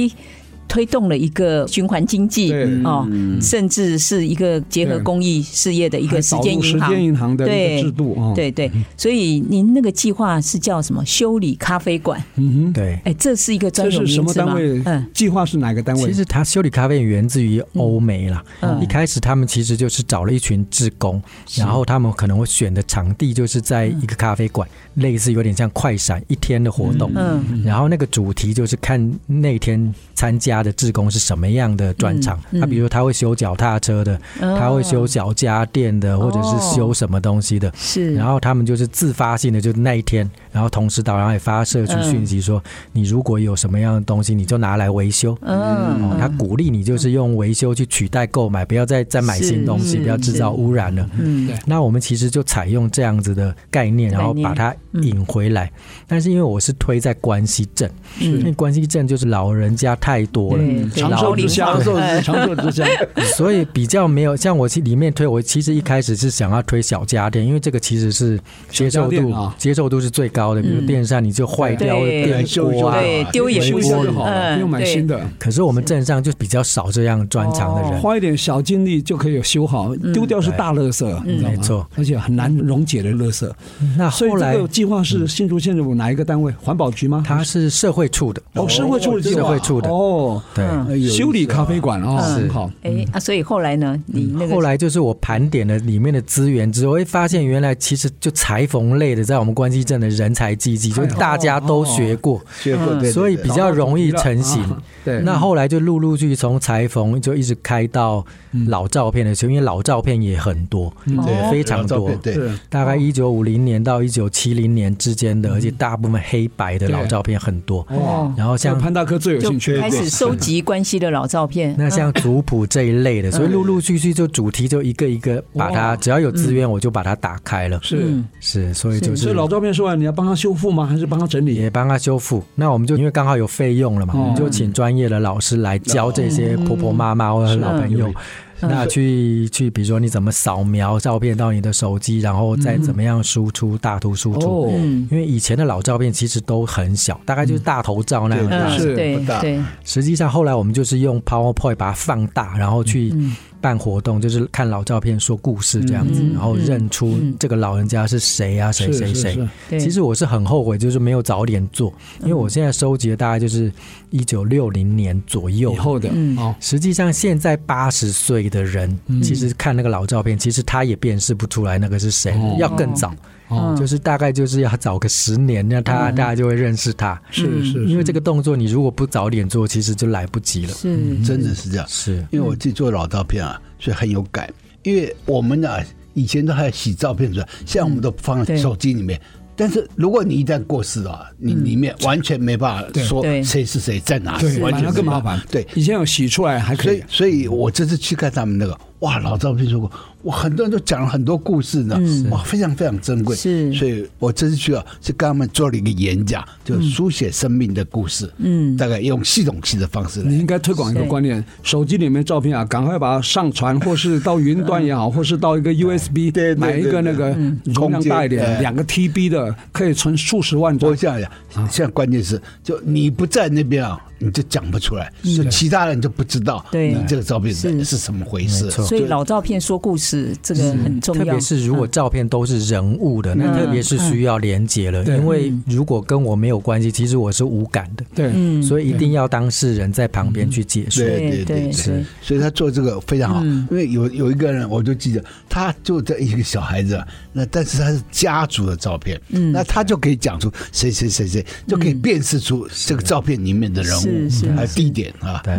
推动了一个循环经济
对嗯
哦，甚至是一个结合
对
公益事业的一个时
还导
间
入
银
时
行。
间银行的一
对
个制度啊，哦，
对对，所以您那个计划是叫什么？修理咖啡馆？
嗯哼，
对。
哎，这是一个专
这
有
是什
名
么
词
单
吗
位？？
嗯，
计划是哪个单位？
其实它修理咖啡源自于欧美啦，
嗯
一开始他们其实就是找了一群志工，然后他们可能会选的场地就是在一个咖啡馆，类似有点像快闪一天的活动。
嗯
然后那个主题就是看那天参加的志工是什么样的专场，
嗯嗯
他比如说他会修脚踏车的，
哦
他会修小家电的，或者是
哦
修什么东西的，
是，
然后他们就是自发性的，就那一天，然后同时导然后也发射出讯息说，你如果有什么样的东西，你就拿来维修。
嗯，
哦，他鼓励你就是用维修去取代购买，不要再再买
是
新东
是
西，不要制造
是
污染了。
嗯
那我们其实就采用这样子的概念，然后把它
嗯
引回来。但是因为我是推在关西镇，因为
嗯，
关西镇就是老人家太多了，嗯
对，对
长
老
寿之
龄
乡，长
化
寿之长寿之乡，
所以比较没有像我其里面推，我其实一开始是想要推小家电，因为这个其实是接
小
受
家
度、
电啊
接受度是最高的，比如
嗯
电扇你就坏掉
对
电
修一
锅
修
啊。
对，丢也
修
不
一
是
下就好了，
嗯
不用买新的。
可是我们镇上就比较少这样专长的人，
花一点小精力就可以修好，
嗯
丢掉是大垃圾，你知道吗？
没错，
而且很难溶解的垃圾。
那
所以
后
这
来
个计划是新竹县政府哪一个单位？环保局吗？
他是社会处的，
哦，社会处的计划，
社会处的
哦，
对。
嗯
哎有意思啊
修理咖啡馆哦，很好，
哎啊，所以后来呢，
嗯
你那个
后来就是我盘点了里面的资源之后，会发现原来其实就裁缝类的，在我们关西镇的人才济济，
哎
就是大家都学过，
学
嗯
过，对对
嗯所以
对
比较容易成型。
啊对，
那后来就陆陆续续从裁缝就一直开到
嗯
老照片的时候，因为老照片也很多，
哦
对
非常
照
多
片，对，
是
大概一九五零年到一九七零年之间的，而且大部分黑白的老照片很多。
嗯哦，
然后像
像潘大哥最有
就
兴趣，
开始收集关系的老照片，
那像族谱这一类
嗯
的，所以陆陆续续就主题就一个一个把它，只要有资源我就把它打开了。
嗯是。
是，所以就
所以
是
老照片说啊完，你要帮他修复吗？还是帮他整理？
也帮他修复。那我们就因为刚好有费用
嗯
了嘛，我们就请专业的老师来教这些婆婆妈妈或者老朋友。
嗯
那去去，比如说你怎么扫描照片到你的手机，然后再怎么样输出大图输出。
哦，
嗯
因为以前的老照片其实都很小，大概就是大头照那样
对
大
嗯，
是
对
不大
对，
实际上后来我们就是用 PowerPoint 把它放大，然后去
嗯
办活动，就是看老照片说故事这样子，
嗯
然后认出这个老人家是谁啊，谁
是
谁
是
谁
是。
对
其实我是很后悔，就是没有早点做，
嗯
因为我现在收集的大概就是一九六零年左右
以。后的
嗯
哦，
实际上，现在八十岁的人，
嗯
其实看那个老照片，其实他也辨识不出来那个是谁，
哦
要更早，
哦嗯
就是大概就是要早个十年，那他大家就会认识他。嗯
是是
因
是，
为这个动作，你如果不早点做，其实就来不及了。
嗯是
真的是这样。
是，
因为我自己做老照片啊，所以很有感。因为我们啊，以前都还要洗照片出来，现在我们都放在
对
手机里面。但是如果你一旦过世啊，你里面完全没办法说
对
谁是谁在哪
对
里，，完
反
全
而
没
更麻
办法
烦。
对，
以前有洗出来还可
所
以
以，，所以我这次去看他们那个，哇，老照片说过，哇，很多人都讲了很多故事呢，哇，非常非常珍贵。
是
所以我这次去啊，是跟他们做了一个演讲，就书写生命的故事，嗯，大概用系统性的方式来
你应该推广一个观念：手机里面照片啊，赶快把它上传，或是到云端也 好，或是到一个 USB
对对对
买一个那个
嗯
容量大一
空
点，
间
两个 TB 的，可以存数十万张
我。这样讲，现在关键是，就你不在那边啊，你就讲不出来，就其他人就不知道
对
你这个照片
是
是是怎么回事
没。错
所以老照片说故事这个很重
特
要
别，是如果照片都是人物的，那特别是需要连接了，
对
因为如果跟我没有关系，其实我是无感的，
对，
所以一定要当事人在旁边去解说。
对
对
对
对嗯
对，所以他做这个非常好，因为有有一个人我就记得，他就这一个小孩子，那但是他是家族的照片，
嗯
那他就可以讲出谁谁谁谁，就可以辨识出这个照片里面的人
是是嗯
物还有地点啊。
对，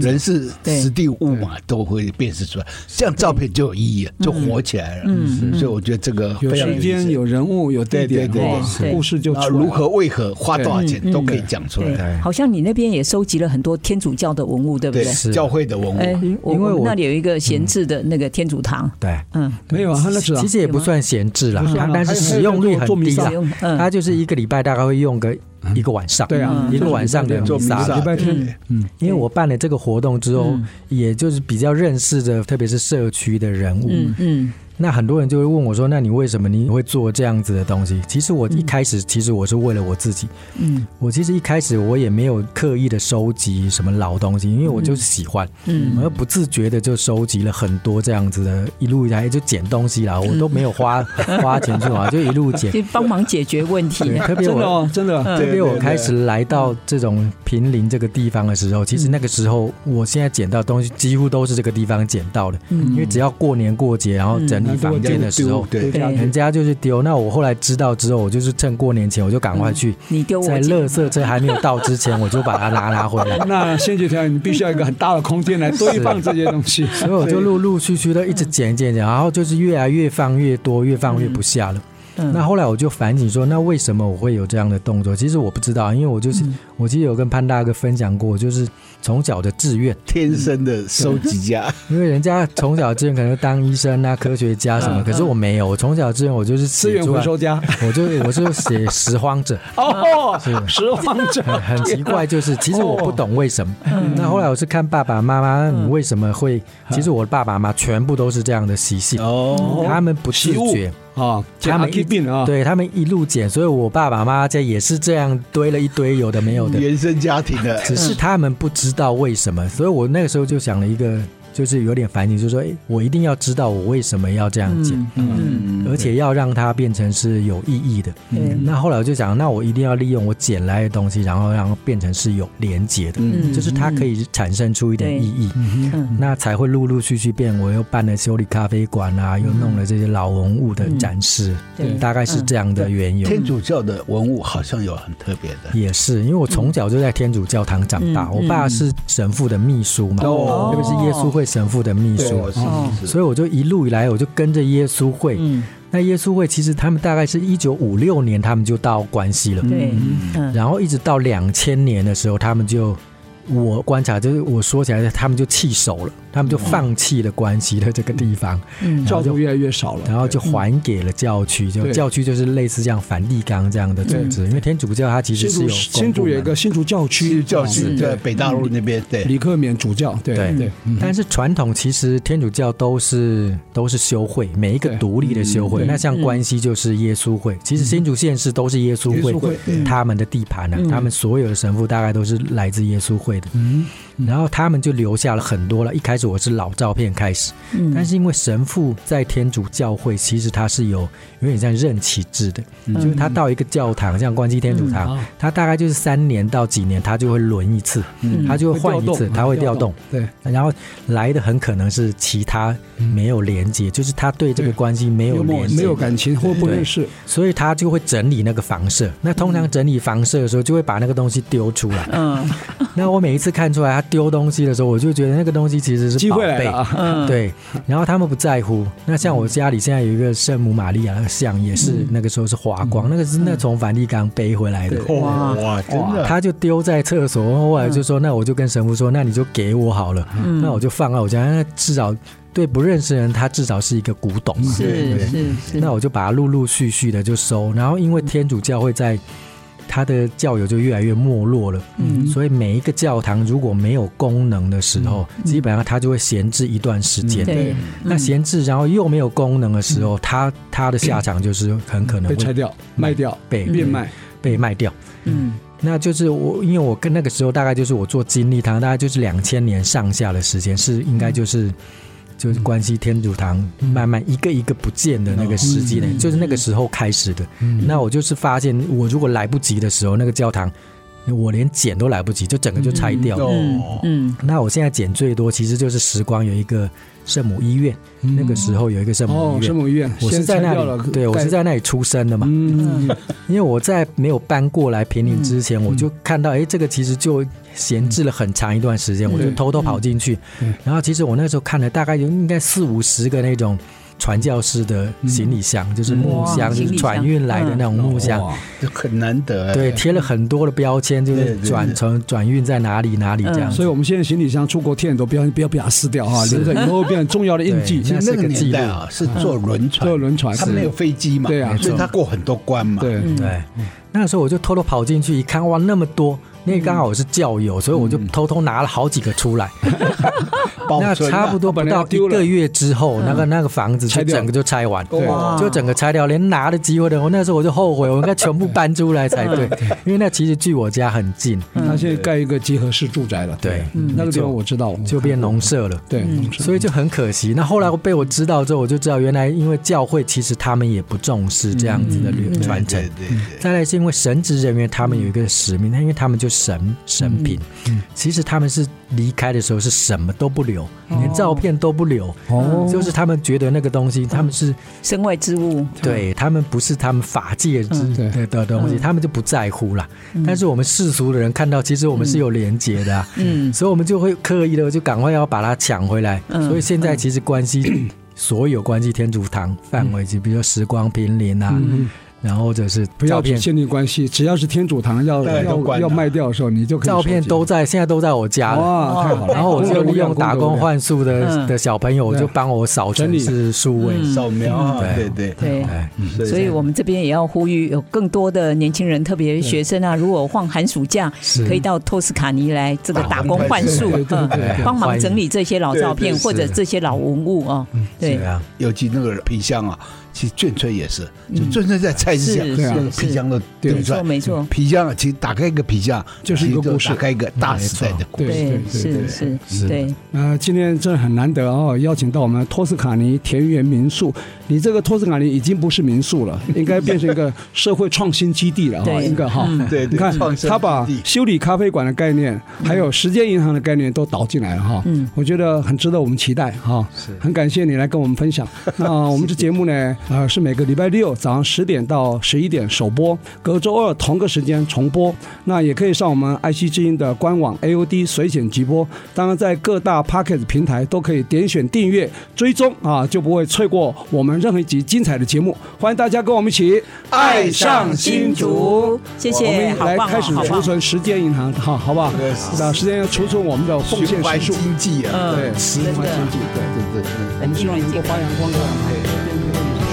人是
对
实地物嘛，都会辨识出来，这样照片就有意义了，就活起来了。嗯，所以我觉得这个
有
非常
时
意
间、
思
有人物、有地点，
对对
哦
对
故事就
啊，
出来
如何为何花多少钱都可以讲出来，
对，好像你那边也收集了很多天主教的文物，对不
对
对？
是
教会的文
哎
物，，
我
因为
我们
我
那里有一个闲置的那个天主堂，
对。
嗯，
没有啊，他那是啊
其实也不算闲置啦
不，算啊
它但是使用率很低
还
啦
有
有做
还
弥撒，
它就是一个礼拜大概会用个一个晚上，嗯
对啊
一个晚上的
做
弥
弥
撒
撒
礼拜天
对
因为我办了这个活动之后，也就是比较认识的，特别是社区的人物，
嗯嗯，
那很多人就会问我说：“那你为什么你会做这样子的东西？”其实我一开
嗯
始，其实我是为了我自己。
嗯
我其实一开始我也没有刻意的收集什么老东西，因为我就是喜欢，
嗯
而不自觉的就收集了很多这样子的，一路以来就捡东西
嗯
啦，我都没有花 花钱去玩，就一 路捡。
就帮忙解决问题
对，。特别
真的
我
哦，真的，
特别
对
我
对
开始来到这种平林这个地方的时候，其实那个时候我现在捡到的东西几乎都是这个地方捡到的，
嗯
因为只要过年过节，然后整
嗯
理房间的时候，
对
对
人家就是丢。那我后来知道之后，我就是趁过年前我就赶快去。
你丢嗯我
在
捡
垃圾车还没有到之前，我就把它拿拿回 来。
那先决条件你必须要有一个很大的空间来堆放这些东 西。
啊所以我就陆陆续续的一直捡捡捡，然后就是越来越放越多，越放越不下了。
嗯
那后来我就反省说，那为什么我会有这样的动作？其实我不知道，因为我就是、
嗯
我其实有跟潘大哥分享过，就是从小的志愿，
天生的收集家，
因为人家从小志愿可能当医生啊、科学家
嗯
什么，可是我没有，我从小志愿我就是
资
写
源
出
回
来，
收家，
我就我就写拾荒者，
哦
是，
拾荒者，哦嗯
很 很奇怪，就是其实我不懂为什么。那后来我是看爸爸妈妈，你为什么会？其实我的爸爸妈妈全部都是这样的习性，
哦
他们不自
习物
觉，
啊，
他们一
一病啊，
对他们一路捡，所以我爸爸妈妈家也是这样堆了一堆有的没有
嗯
的，
原生家庭的，
只 是他们不知道为什么。所以我那个时候就想了一个，就是有点反省，就是说，诶我一定要知道我为什么要这样捡。
嗯，
而且要让它变成是有意义的。
对
那后来我就想，那我一定要利用我捡来的东西，然后让它变成是有连接的，
嗯
就是它可以产生出一点意义，
嗯
那才会陆陆续续变。我又办了修理咖啡馆啊，又弄了这些老文物的展示，
嗯对
大概是这样的缘由。
天主教的文物好像有很特别的，
也是，因为我从小就在天主教堂长大，
嗯
我爸是神父的秘书嘛，
哦
特别是耶稣会神父的秘
对，
书
我，是哦是
所以我就一路以来我就跟着耶稣会，
嗯，
那耶稣会其实他们大概是一九五六年他们就到关西了，
对，嗯，
然后一直到两千年的时候，他们就我观察就是我说起来，他们就弃守了，他们就放弃了关西的这个地方，
嗯
教徒越来越少了。
然后就还给了教区，就
对
教区就是类似这样梵蒂冈这样的组织，因为天主教它其实
新
是有
竹新竹有一
公部门
个新竹教区，啊
教区
对
在北大陆那边，对，
李克勉主教，对
对
对，
但是传统其实天主教都是都是修会，每一个
对
独立的修会。
嗯
那像关西就是耶稣会，其实新竹县市都嗯是耶稣
耶稣
会
会嗯
对
他们的地盘啊，他们所有的神父大概都是来自耶稣会的。然后他们就留下了很多了。一开始我是老照片开始，但是因为神父在天主教会其实他是有有点像任期制的，就是他到一个教堂，像关西天主堂，他大概就是三年到几年他就会轮一次，他就嗯会换一次，他会调动。，
对，
然后来的很可能是其他没有连接，就是他对这个关系没有
有没
连
有
接，
嗯没有感情或不
对
认识，
所以他就会整理那个房舍。那通
嗯
常整理房舍的时候，就会把那个东西丢出来。
嗯
那我每一次看出来他丢东西的时候，我就觉得那个东西其实是
机
宝
会来
贝
了。啊，
嗯，
对，然后他们不在乎。那像我家里现在有一个圣母玛利亚的像，也是
嗯
那个时候是华光，那个是那从梵蒂冈背回来的。
哦哇哇，真的，
他就丢在厕所，后来就说：“那我就跟神父说，那你就给我好了，那我就放在我家，那至少对不认识的人，他至少是一个古董嘛。
是是是，
那我就把它陆陆续续的就收，然后因为天主教会在他的教友就越来越没落了，嗯，所以每一个教堂如果没有功能的时候，基本上它就会闲置一段时间。
对，嗯
那闲置，然后又没有功能的时候，它它的下场就是很可能
被拆
会嗯
掉、卖掉、
被
变卖，
被卖掉。
嗯
那就是我，因为我跟那个时候大概就是我做金历堂，大概就是两千年上下的时间，是应该就是就是关西天主堂慢慢一个一个不见的那个时机呢，
嗯
就是那个时候开始的。那我就是发现，我如果来不及的时候，那个教堂我连捡都来不及，就整个就拆掉了。
哦，
嗯
那我现在捡最多其实就是时光有一个圣母医院，那个时候有一个圣母
哦，
医
圣
院。
母医院，
我是
先
在那
拆掉了
里，对我是，
盖
在那里出生的嘛，
嗯，
因为我在没有搬过来平林之前，我就看到，哎，这个其实就闲置了很长一段时间，我就偷偷跑进去
嗯。
然后其实我那时候看了大概有应该四五十个那种传教士的行李箱，就是木箱，
哇
就
行
是
李箱
船运来的那种木箱。
哇，
这很难得，啊
对，，贴了很多的标签，就
对
是
对对
转成转运在哪里哪里这样
所
子。
以我们现在行李箱出国贴很多，不要不要把它撕掉啊，
是
留着以后变成重要的印记。嗯
对
其实那
那是
个
个
年代啊是坐轮船，
坐轮船
他没有飞机嘛，
对啊
所以他过很多关嘛，
对，
对，那时候我就偷偷跑进去一看，哦哇，那么多！那刚好我是教友，所以我就偷偷拿了好几个出来。
保
那
存
差不
嘛。
多不到一个月之后，那个那个房子就整个就拆完，
哇
就整个拆掉，连拿的机会都没有。我那时候我就后悔，我应该全部搬出来才 对，嗯因为那其实距我家很近，
他现在盖一个集合式住宅了，
对嗯
那个地方我知道，
就嗯变农舍了。
对，
所以就很可惜。那后来被我知道之后，我就知道原来因为教会其实他们也不重视这样子的流传承。
对对对，
再来是因为神职人员他们有一个使命，那因为他们就
嗯
神神品，其实他们是离开的时候是什么都不留，连照片都不留，
哦嗯
就是他们觉得那个东西他们是
身外之物，
对他们不是他们法界之
嗯对
的的东西，他们就不在乎啦。但是我们世俗的人看到，其实我们是有连结的、啊，
嗯
所以我们就会刻意的就赶快要把它抢回来。
嗯
所以现在其实关系、
嗯
所有关系天主堂范围，就比如说时光濒临啊，然后或者是
嗯不
照
要去
片。
建立关系，只要是天主堂要
对都
要
关
要
了
卖掉的时候，你就可以
照片
收集
都在，现在都在我家了。
哇，太好了。
然后我就利用打工换宿的
嗯
的小朋友，我就
对
帮我扫
整
成
理
是数位。
嗯
扫描啊，
对
对对嗯
对。
哎，
所以，我们这边也要呼吁有更多的年轻人，特别学生啊，如果放寒暑假，
是
可以到托斯卡尼来这个打工换宿
对对，对
嗯
对
对
帮忙整理这些老照片
对对
或者这些老文物哦。对
对，啊，
尤其那个皮箱啊，其实眷村也是，就
嗯
眷村在菜市
是
场，
对啊
是
皮
是，
箱都
对
对
没
出来
错。没错，
皮箱啊，其实打开一个皮箱，
就是一个故事
打开一个大时代的故
对
事。
对
对
对对
是是
是
对，
呃，今天真的很难得哦，邀请到我们托斯卡尼田园民宿。你这个托斯卡尼已经不是民宿了，应该变成一个社会创新基地了哈、
对
应该哈。
嗯
对
你
对，
看
创，生
他把
之地
修理咖啡馆的概念，还有时间银行的概念都导进来了哈。
嗯
我觉得很值得我们期待哈。
是
很感谢你来跟我们分享。那我们这节目呢，呃，是每个礼拜六早上十点到十一点首播，隔周二同个时间重播。那也可以上我们爱惜之音的官网 AOD 随选直播，当然在各大 Pocket 平台都可以点选订阅追踪啊，就不会错过我们任何一集精彩的节目。欢迎大家跟我们一起爱上新竹。，
谢
我
谢，
们
好
来
棒
开
哦，
始
好
储
棒。
存时间银行，好好不好？那时间要储存我们的奉
循
献
环
时数，
经济啊，
嗯
对，循环
真的
经济，对。
对对对。
我们希望能够发扬光大。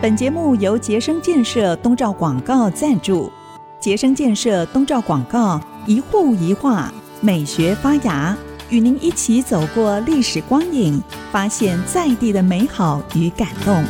本节目由杰生建设东照广告赞助。杰生建设东照广告，一户一画，美学发芽，与您一起走过历史光影，发现在地的美好与感动。